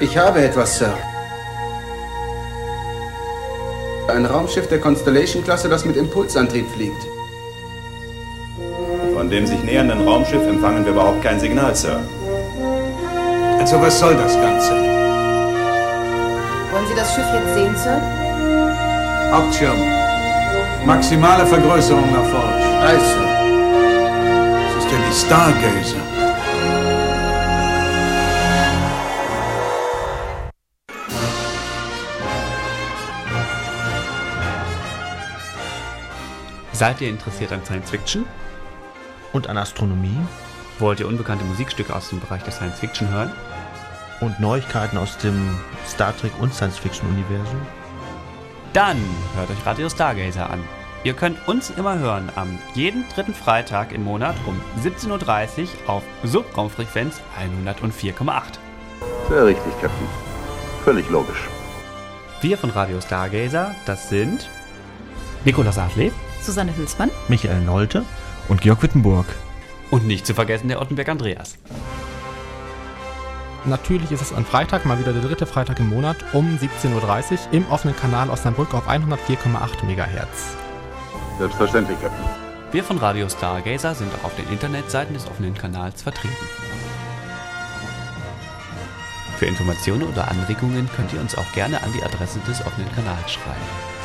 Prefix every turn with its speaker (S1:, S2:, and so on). S1: Ich habe etwas, Sir. Ein Raumschiff der Constellation-Klasse, das mit Impulsantrieb fliegt.
S2: Von dem sich nähernden Raumschiff empfangen wir überhaupt kein Signal, Sir.
S3: Also was soll das Ganze?
S4: Wollen Sie das Schiff jetzt sehen, Sir?
S3: Hauptschirm. Maximale Vergrößerung erforscht.
S1: Also.
S3: Das ist ja die Stargazer.
S5: Seid ihr interessiert an Science Fiction?
S6: Und an Astronomie
S5: Wollt ihr unbekannte Musikstücke aus dem Bereich der Science Fiction hören?
S6: und Neuigkeiten aus dem Star Trek und Science-Fiction-Universum.
S5: Dann hört euch Radio Stargazer an. Ihr könnt uns immer hören am jeden dritten Freitag im Monat um 17.30 Uhr auf Subraumfrequenz 104,8.
S7: Sehr richtig, Captain. Völlig logisch.
S5: Wir von Radio Stargazer, das sind Nikolaus Adleb
S8: Susanne Hülsmann.
S6: Michael Nolte,
S9: Und Georg Wittenburg.
S5: und nicht zu vergessen der Ottenberg Andreas.
S10: Natürlich ist es an Freitag, mal wieder der dritte Freitag im Monat, um 17.30 Uhr im offenen Kanal Osnabrück auf 104,8 MHz.
S7: Selbstverständlich, Captain.
S5: Wir von Radio Stargazer sind auch auf den Internetseiten des offenen Kanals vertreten. Für Informationen oder Anregungen könnt ihr uns auch gerne an die Adresse des offenen Kanals schreiben.